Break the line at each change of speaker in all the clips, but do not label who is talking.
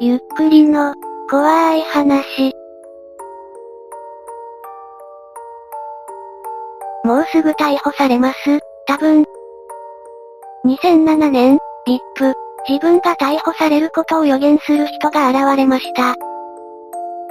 ゆっくりの、怖い話。もうすぐ逮捕されます、多分。2007年、VIP、自分が逮捕されることを予言する人が現れました。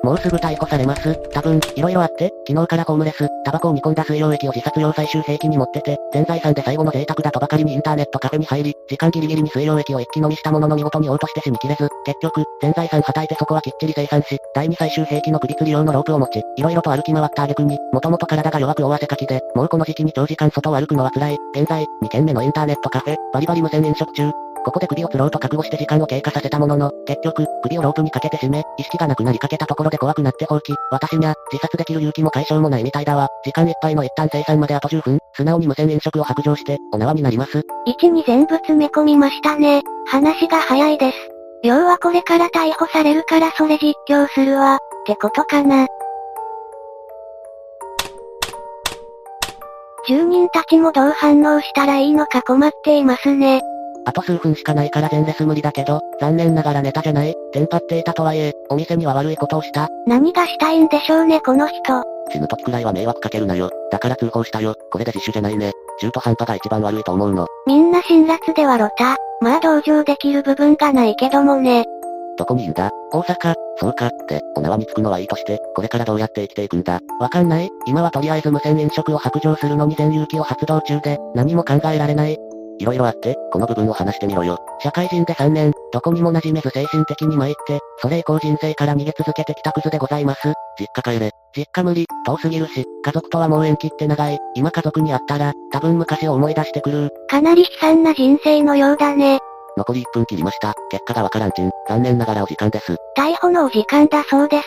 もうすぐ逮捕されます。多分、いろいろあって、昨日からホームレス、タバコを煮込んだ水溶液を自殺用最終兵器に持ってて、全財産で最後の贅沢だとばかりにインターネットカフェに入り、時間ギリギリに水溶液を一気飲みしたものの見事に嘔吐して死にきれず、結局、全財産はたいてそこはきっちり生産し、第二最終兵器の首吊り用のロープを持ち、いろいろと歩き回った挙句に、もともと体が弱く大汗かきで、もうこの時期に長時間外を歩くのは辛い、現在、2軒目のインターネットカフェ、バリバリ無線飲食中、ここで首を吊ろうと覚悟して時間を経過させたものの、結局、首をロープにかけて締め、意識がなくなりかけたところで怖くなって放棄。私にゃ、自殺できる勇気も解消もないみたいだわ。時間いっぱいの一旦生産まであと10分、素直に無線飲食を白状して、お縄になります。
1に全部詰め込みましたね。話が早いです。要はこれから逮捕されるからそれ実況するわ。ってことかな。住人たちもどう反応したらいいのか困っていますね。
あと数分しかないから全レス無理だけど、残念ながらネタじゃない。テンパっていたとはいえ、お店には悪いことをした。
何がしたいんでしょうねこの人。
死ぬ時くらいは迷惑かけるなよ。だから通報したよ。これで自首じゃないね。中途半端が一番悪いと思うの。
みんな辛辣ではロタ。まあ同情できる部分がないけどもね。
どこにいんだ大阪そうかって、お縄につくのはいいとして、これからどうやって生きていくんだわかんない今はとりあえず無線飲食を白状するのに全勇気を発動中で、何も考えられない。いろいろあって、この部分を話してみろよ。社会人で3年、どこにも馴染めず精神的に参って、それ以降人生から逃げ続けてきたクズでございます。実家帰れ。実家無理、遠すぎるし、家族とはもう延期って長い。今家族に会ったら、多分昔を思い出してくる。
かなり悲惨な人生のようだね。
残り1分切りました。結果がわからんちん。残念ながらお時間です。
逮捕のお時間だそうです。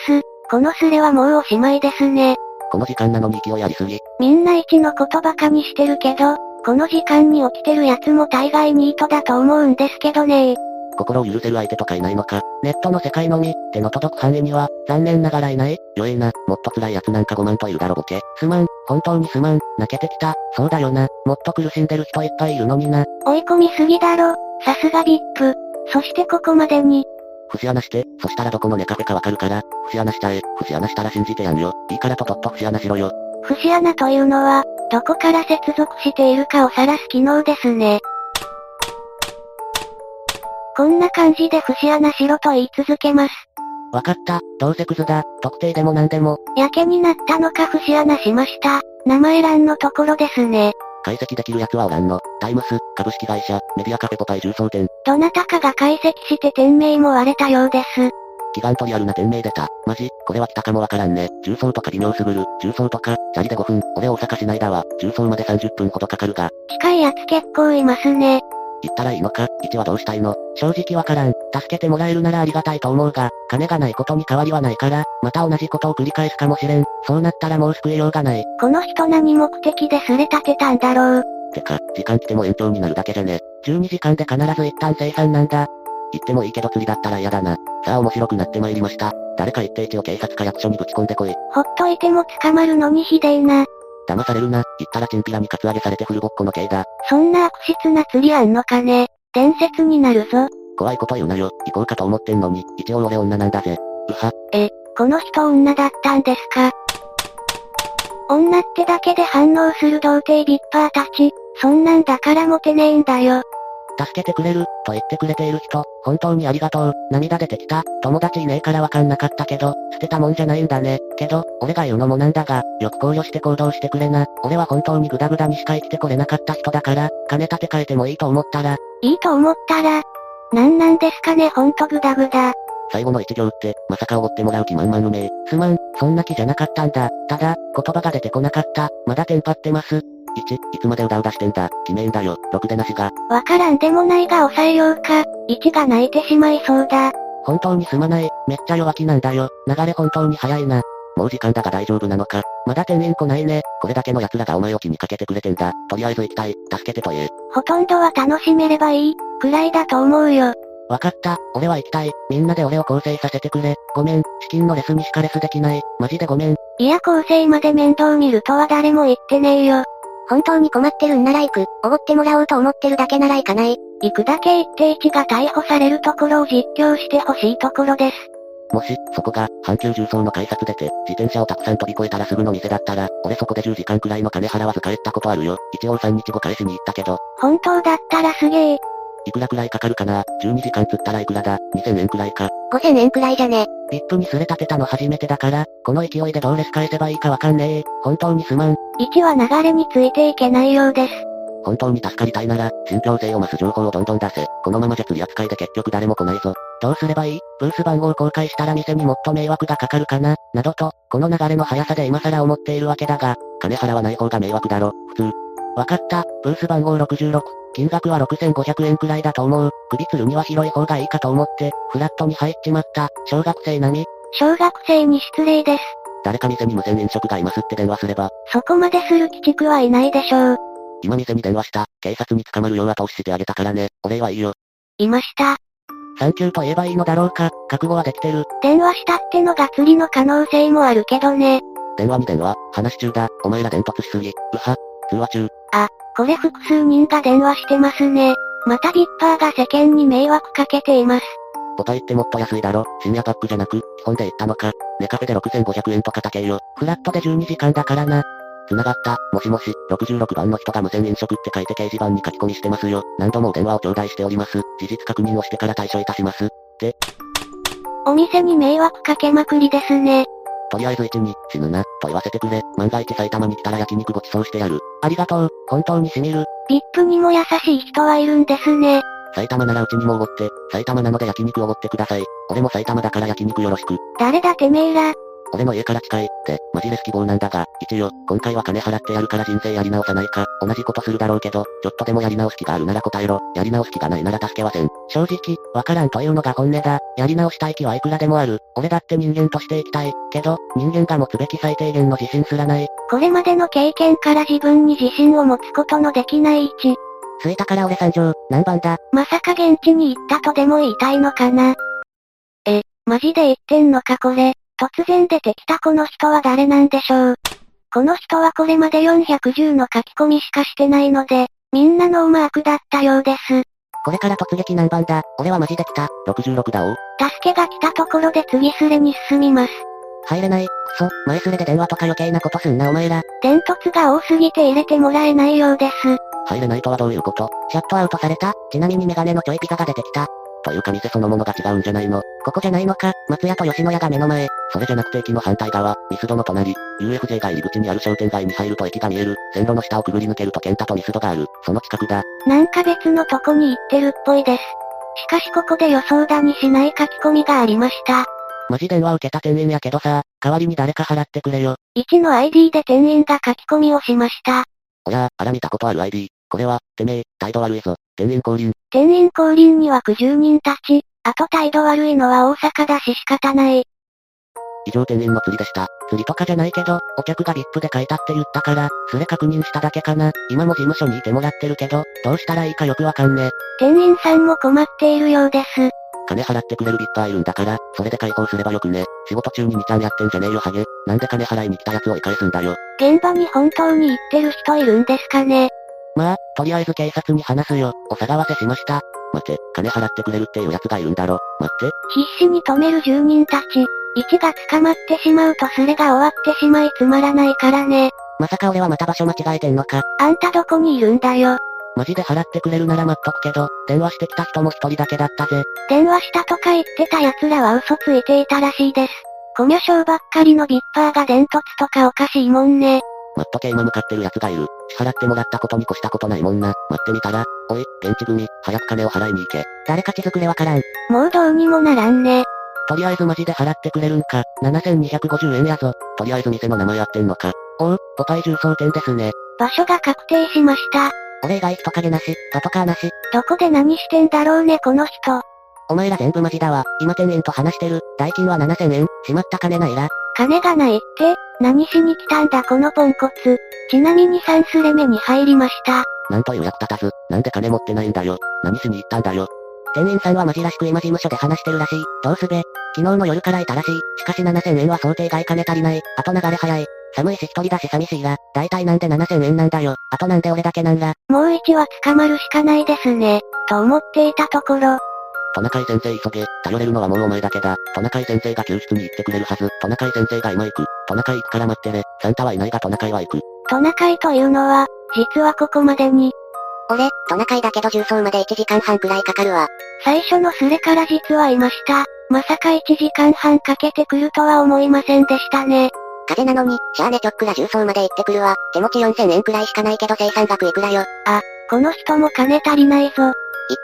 このスレはもうおしまいですね。
この時間なのに勢いありすぎ。
みんな一のことバカにしてるけど、この時間に起きてるやつも大概ニートだと思うんですけどね
心を許せる相手とかいないのか。ネットの世界のみ、手の届く範囲には、残念ながらいない。よえな、もっと辛い奴なんか5万といるだろボケ。すまん、本当にすまん、泣けてきた。そうだよな、もっと苦しんでる人いっぱいいるのにな。
追い込みすぎだろ。さすがビップ。そしてここまでに、
節穴して、そしたらどこのネカフェかわかるから、節穴しちゃえ、節穴したら信じてやんよ。いいからととっと節穴しろよ。
節穴というのは、どこから接続しているかを晒す機能ですね。こんな感じで節穴しろと言い続けます。
わかった、どうせクズだ、特定でも何でも、
やけになったのか節穴しました。名前欄のところですね。
解析できる奴はおらんの。タイムス、株式会社、メディアカフェポパイ重装店。
どなたかが解析して店名も割れたようです。
祈願とリアルな店名出た。マジこれは来たかもわからんね。重曹とか微妙すぐる。重曹とか、チャリで5分。俺大阪市内だわ。重曹まで30分ほどかかるが。
近いやつ結構いますね。
行ったらいいのか一はどうしたいの正直わからん。助けてもらえるならありがたいと思うが、金がないことに変わりはないから、また同じことを繰り返すかもしれん。そうなったらもう救いようがない。
この人何目的ですれ立てたんだろう。
てか、時間来ても延長になるだけじゃね。12時間で必ず一旦生産なんだ。言ってもいいけど釣りだったら嫌だな。さあ面白くなってまいりました。誰か言って一応警察か役所にぶち込んでこい。
ほっといても捕まるのにひでえな。
騙されるな。言ったらチンピラにカツアゲされてフルボッコの刑だ。
そんな悪質な釣りあんのかね。伝説になるぞ。
怖いこと言うなよ。行こうかと思ってんのに、一応俺女なんだぜ。うは、
この人女だったんですか女ってだけで反応する童貞ビッパーたち、そんなんだからモテねえんだよ。
助けてくれる、と言ってくれている人、本当にありがとう。涙出てきた。友達いねえからわかんなかったけど、捨てたもんじゃないんだね。けど、俺が言うのもなんだが、よく考慮して行動してくれな。俺は本当にグダグダにしか生きてこれなかった人だから、金立て替えてもいいと思ったら、
いいと思ったら、なんなんですかねほんとグダグダ。
最後の一行って、まさかおごってもらう気満々うめえ。すまん、そんな気じゃなかったんだ。ただ、言葉が出てこなかった。まだテンパってます。1、いつまでうだうだしてんだ。決めんだよ。ろくでなしが。
わからんでもないが抑えようか、一が泣いてしまいそうだ。
本当にすまない。めっちゃ弱気なんだよ。流れ本当に早いな。もう時間だが大丈夫なのか。まだ店員来ないね。これだけの奴らがお前を気にかけてくれてんだ。とりあえず行きたい。助けてと言え。
ほとんどは楽しめればいい、くらいだと思うよ。
わかった。俺は行きたい。みんなで俺を構成させてくれ。ごめん。資金のレスにしかレスできない。マジでごめん。
いや構成まで面倒見るとは誰も言ってねえよ。
本当に困ってるんなら行く。おごってもらおうと思ってるだけなら行かない。
行くだけ行って1が逮捕されるところを実況してほしいところです。
もし、そこが、阪急重曹の改札出て、自転車をたくさん飛び越えたらすぐの店だったら、俺そこで10時間くらいの金払わず帰ったことあるよ。一応3日後返しに行ったけど、
本当だったらすげえ。
いくらくらいかかるかな ?12 時間釣ったらいくらだ ?2000 円くらいか。
5000円くらいじゃね。
ビップにすれ立てたの初めてだから、この勢いでどうレス返せばいいかわかんねえ。本当にすまん。
1は流れについていけないようです。
本当に助かりたいなら、信憑性を増す情報をどんどん出せ。このままじゃ釣り扱いで結局誰も来ないぞ。どうすればいいブース番号公開したら店にもっと迷惑がかかるかななどと、この流れの速さで今更思っているわけだが、金払わない方が迷惑だろ、普通。わかった、ブース番号66。金額は6500円くらいだと思う。首吊るには広い方がいいかと思って、フラットに入っちまった。小学生並み
小学生に失礼です。
誰か店に無線飲食がいますって電話すれば、
そこまでする鬼畜はいないでしょう。
今店に電話した。警察に捕まるよう後押ししてあげたからね。お礼はいいよ。
いました。
サンキューと言えばいいのだろうか。覚悟はできてる。
電話したってのが釣りの可能性もあるけどね。
電話に電話、話し中だ。お前ら伝突しすぎ。うは。通話中。
これ複数人が電話してますね。またビッパーが世間に迷惑かけています。
母体ってもっと安いだろ。深夜パックじゃなく、基本で行ったのか。ネカフェで6500円とか高えよ。フラットで12時間だからな。繋がった。もしもし、66番の人が無線飲食って書いて掲示板に書き込みしてますよ。何度もお電話を頂戴しております。事実確認をしてから対処いたします。
お店に迷惑かけまくりですね。
とりあえず一に、死ぬな、と言わせてくれ。万が一埼玉に来たら焼肉ご馳走してやる。ありがとう、本当に染みる。
ビップにも優しい人はいるんですね。
埼玉ならうちにもおごって、埼玉なので焼肉おごってください。俺も埼玉だから焼肉よろしく。
誰だてめえら。
俺の家から近い、って、マジレス希望なんだが、一応、今回は金払ってやるから人生やり直さないか、同じことするだろうけど、ちょっとでもやり直す気があるなら答えろ、やり直す気がないなら助けはせん。正直、わからんというのが本音だ、やり直したい気はいくらでもある、俺だって人間として生きたい、けど、人間が持つべき最低限の自信すらない。
これまでの経験から自分に自信を持つことのできない位置。
着いたから俺参上、何番だ
まさか現地に行ったとでも言いたいのかな。え、マジで言ってんのかこれ。突然出てきたこの人は誰なんでしょう。この人はこれまで410の書き込みしかしてないので、みんなノーマークだったようです。
これから突撃何番だ俺はマジで来た。66だお。
助けが来たところで次すれに進みます。
入れない。くそ、前すれで電話とか余計なことすんなお前ら。
伝突が多すぎて入れてもらえないようです。
入れないとはどういうことシャットアウトされたちなみにメガネのちょいピザが出てきた。というか店そのものが違うんじゃないのここじゃないのか松屋と吉野家が目の前。それじゃなくて駅の反対側、ミスドの隣。UFJ が入り口にある商店街に入ると駅が見える。線路の下をくぐり抜けるとケンタとミスドがある。その近くだ。
なんか別のとこに行ってるっぽいです。しかしここで予想だにしない書き込みがありました。
マジ電話受けた店員やけどさ、代わりに誰か払ってくれよ。
1の ID で店員が書き込みをしました。
おやー、あら見たことある ID。これは、てめえ、態度悪いぞ。店員降臨。
店員降臨には苦10人たち、あと態度悪いのは大阪だし仕方ない。
以上店員の釣りでした。釣りとかじゃないけど、お客が VIP で書いたって言ったから、すれ確認しただけかな。今も事務所にいてもらってるけど、どうしたらいいかよくわかんねえ。
店員さんも困っているようです。
金払ってくれる VIP はいるんだから、それで解放すればよくね。仕事中に2ちゃんやってんじゃねえよハゲ。なんで金払いに来たやつを追い返すんだよ。
現場に本当に行ってる人いるんですかね。
まあ、とりあえず警察に話すよ。お騒がせしました。待て、金払ってくれるっていうやつがいるんだろ。待って、
必死に止める住人たち。1が捕まってしまうとすれが終わってしまいつまらないからね。
まさか俺はまた場所間違えてんのか。
あんたどこにいるんだよ。
マジで払ってくれるなら待っとくけど、電話してきた人も一人だけだったぜ。
電話したとか言ってた奴らは嘘ついていたらしいです。コミュ障ばっかりのビッパーが伝突とかおかしいもんね。
待っとけ今向かってる奴がいる。支払ってもらったことに越したことないもんな。待ってみたら、おい、現地組、早く金を払いに行け。誰か地図くれわからん。
もうどうにもならんね。
とりあえずマジで払ってくれるんか。7250円やぞ。とりあえず店の名前合ってんのか。おう、母体重装店ですね。
場所が確定しました。
俺以外人影なし、パトカーなし。
どこで何してんだろうねこの人。
お前ら全部マジだわ。今店員と話してる。代金は7000円。しまった金ないら。
金がないって何しに来たんだこのポンコツ。ちなみに3スレ目に入りました。
なんという役立たず。なんで金持ってないんだよ。何しに行ったんだよ。店員さんはマジらしく今事務所で話してるらしい。どうすべ。昨日の夜からいたらしい。しかし7000円は想定外金足りない。あと流れ早い。寒いし一人だし寂しいら、だいたいなんで7000円なんだよ。あとなんで俺だけなんら。
もう一は捕まるしかないですね。と思っていたところ、
トナカイ先生急げ。頼れるのはもうお前だけだ。トナカイ先生が救出に行ってくれるはず。トナカイ先生が今行く。トナカイ行くから待ってれ。サンタはいないがトナカイは行く。
トナカイというのは、実はここまでに、
俺、トナカイだけど重曹まで1時間半くらいかかるわ。
最初のスレから実はいました。まさか1時間半かけてくるとは思いませんでしたね。
風邪なのに、シャーネチョックら重曹まで行ってくるわ。手持ち4000円くらいしかないけど生産額いくらよ。行っ
この人も金足りないぞ。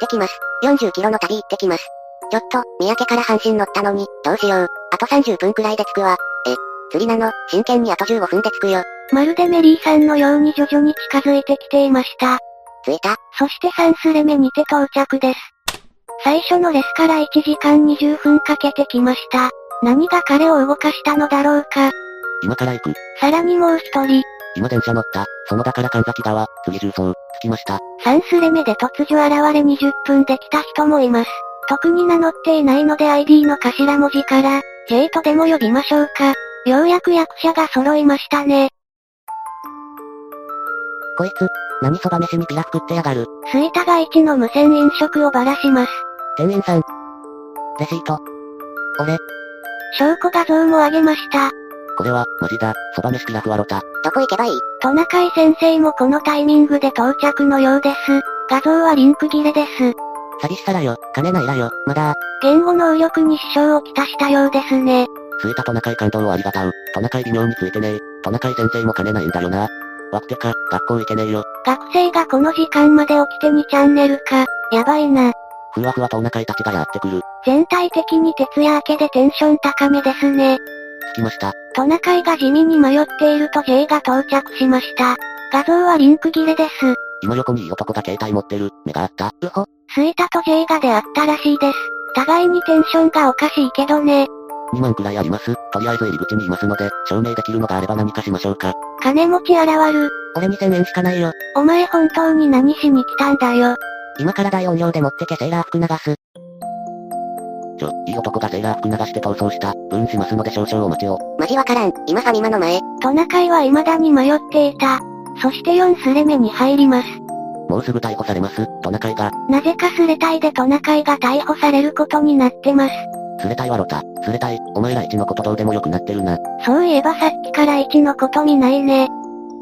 てきます。40キロの旅行ってきます。ちょっと、三宅から阪神乗ったのに、どうしよう。あと30分くらいで着くわ。え、釣りなの、真剣にあと15分で着くよ。
まるでメリーさんのように徐々に近づいてきていました。
着いた
そして3スレ目にて到着です。最初のレスから1時間20分かけてきました。何が彼を動かしたのだろうか。
今から行く。
さらにもう一人、
今電車乗った。そのだから神崎川、次重曹、着きました。
3スレ目で突如現れ20分で来た人もいます。特に名乗っていないので ID の頭文字から、J とでも呼びましょうか。ようやく役者が揃いましたね。
こいつ、何そば飯にピラ作ってやがる。
スイタが一の無線飲食をばらします。
店員さん。レシート。俺、
証拠画像も上げました。
これは、マジだ。そば飯ピラフはロタ。
どこ行けばいい
トナカイ先生もこのタイミングで到着のようです。画像はリンク切れです。
詐欺師さらよ。金ないらよ。まだ。
言語能力に支障をきたしたようですね。
ついたトナカイ感動をありがたう。トナカイ微妙についてねえ。トナカイ先生も金ないんだよな。わってか、学校行けねえよ。
学生がこの時間まで起きて2チャンネルか。やばいな。
ふわふわトナカイたちがやってくる。
全体的に徹夜明けでテンション高めですね。
着きました。
トナカイが地味に迷っていると J が到着しました。画像はリンク切れです。
今横にいい男が携帯持ってる。目があった。うほ。
スイタと J が出会ったらしいです。互いにテンションがおかしいけどね。
2万くらいあります。とりあえず入り口にいますので、証明できるのがあれば何かしましょうか。
金持ち現る。
俺2000円しかないよ。
お前本当に何しに来たんだよ。
今から大音量で持ってけセーラー服流す。ちょ、いい男がセーラー服流して逃走した。うんしますので少々お待ちを。
マジわからん。今ファミマの前。
トナカイは未だに迷っていた。そして4スレ目に入ります。
もうすぐ逮捕されます。トナカイが、
なぜかスレ隊でトナカイが逮捕されることになってます。
連れたいわロタ。連れたい。お前ら一のことどうでもよくなってるな。
そういえばさっきから1のこと見ないね。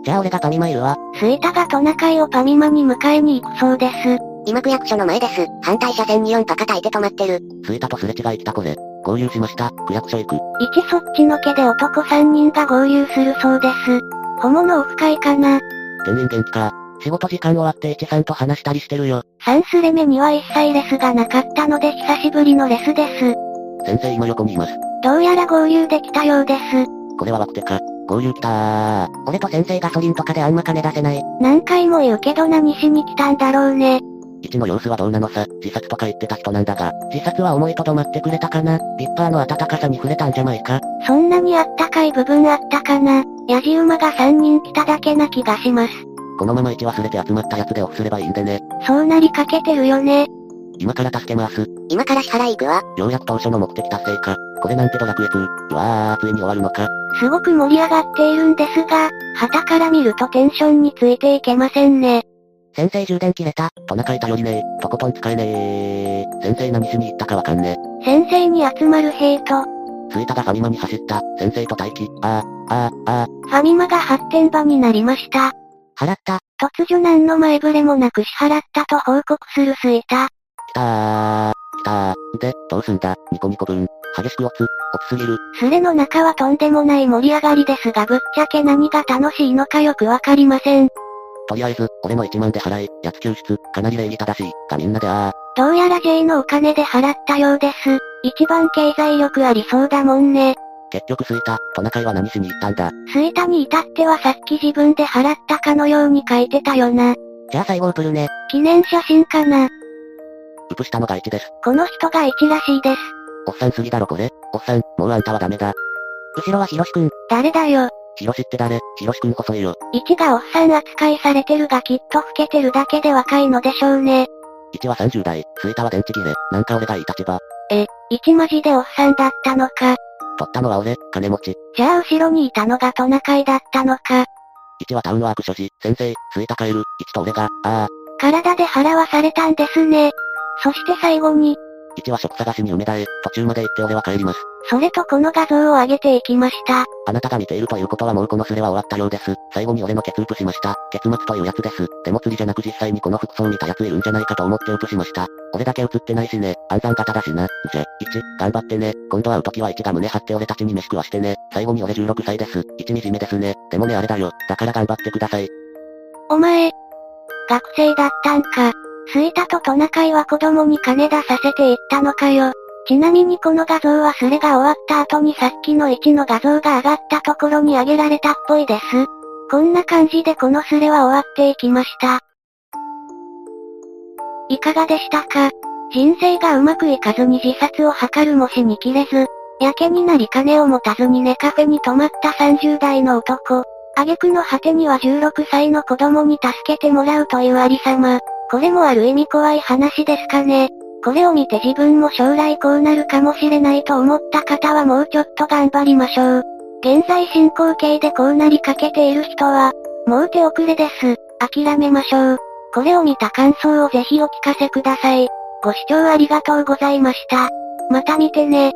じゃあ俺がファミマいるわ。
スイタがトナカイをパミマに迎えに行くそうです。
今区役所の前です。反対車線に4パカ焚いて止まってる。
着いたとすれ違い来たこれ。合流しました。区役所行く。
一そっちのけで男3人が合流するそうです。ホモのオフ会かな
店員元気か。仕事時間終わって一さんと話したりしてるよ。
3スレ目には一切レスがなかったので久しぶりのレスです。
先生今横にいます。
どうやら合流できたようです。
これはワクテか。合流来たー。俺と先生ガソリンとかであんま金出せない。
何回も言うけど何しに来たんだろうね。
一の様子はどうなのさ、自殺とか言ってた人なんだが、自殺は思いとどまってくれたかな、リッパーの温かさに触れたんじゃないか、
そんなにあったかい部分あったかなヤジ馬が3人来ただけな気がします。
このまま一忘れて集まったやつでオフすればいいんでね、
そうなりかけてるよね。
今から助けます、
今から支払い行くわ。
ようやく当初の目的達成か、これなんてドラクエ2、うわー、ついに終わるのか、
すごく盛り上がっているんですが、旗から見るとテンションについていけませんね。
先生充電切れた、トナカイ頼りねえ、とことん使えねえ、先生何しに行ったかわかんね
先生に集まるヘイト、
え、着いたがファミマに走った、先生と待機、あー、あー、あ
フ
ー、
ァミマが発展場になりました。
払った、
突如何の前触れもなく支払ったと報告するスイタ。
来たー、来たー、で、どうすんだ、ニコニコ分、激しく落つ、落ちすぎる、
スレの中はとんでもない盛り上がりですがぶっちゃけ何が楽しいのかよくわかりません。
とりあえず、俺の1万で払え、やつ救出、かなり礼儀正しい、がみんなであー、
どうやら J のお金で払ったようです。一番経済力ありそうだもんね。
結局すいた、トナカイは何しに行ったんだ。
スイタに至ってはさっき自分で払ったかのように書いてたよな。
じゃあ最後ウプルね。
記念写真かな。
ウプしたのが1です。
この人が1らしいです。
おっさんすぎだろこれ。おっさん、もうあんたはダメだ。後ろはヒロシくん。
誰だよ。
ヒロシって誰ヒロシくん細いよ。
1がおっさん扱いされてるがきっと老けてるだけで若いのでしょうね。
1は30代、スイタは電池切れ。なんか俺がいい立場。
1マジでおっさんだったのか。
取ったのは俺、金持ち。
じゃあ後ろにいたのがトナカイだったのか。
1はタウンワーク所持、先生、スイタカエル、1と俺が、ああ、
体で払わされたんですね。そして最後に、
1は職探しに梅田へ、途中まで行って俺は帰ります。
それとこの画像を上げていきました。
あなたが見ているということはもうこのスレは終わったようです。最後に俺のケツウプしました。結末というやつです。でも釣りじゃなく実際にこの服装見たやついるんじゃないかと思ってウプしました。俺だけ映ってないしね。暗算型だしな。じゃ、1、頑張ってね。今度会う時は1が胸張って俺たちに飯食わしてね。最後に俺16歳です。1惨めですね。でもねあれだよ。だから頑張ってください。
お前、学生だったんか。スイタとトナカイは子供に金出させていったのかよ。ちなみにこの画像はスレが終わった後にさっきの1の画像が上がったところに上げられたっぽいです。こんな感じでこのスレは終わっていきました。いかがでしたか人生がうまくいかずに自殺を図るもしに切れず、やけになり金を持たずにネカフェに泊まった30代の男。挙句の果てには16歳の子供に助けてもらうというありさま。これもある意味怖い話ですかね。これを見て自分も将来こうなるかもしれないと思った方はもうちょっと頑張りましょう。現在進行形でこうなりかけている人は、もう手遅れです。諦めましょう。これを見た感想をぜひお聞かせください。ご視聴ありがとうございました。また見てね。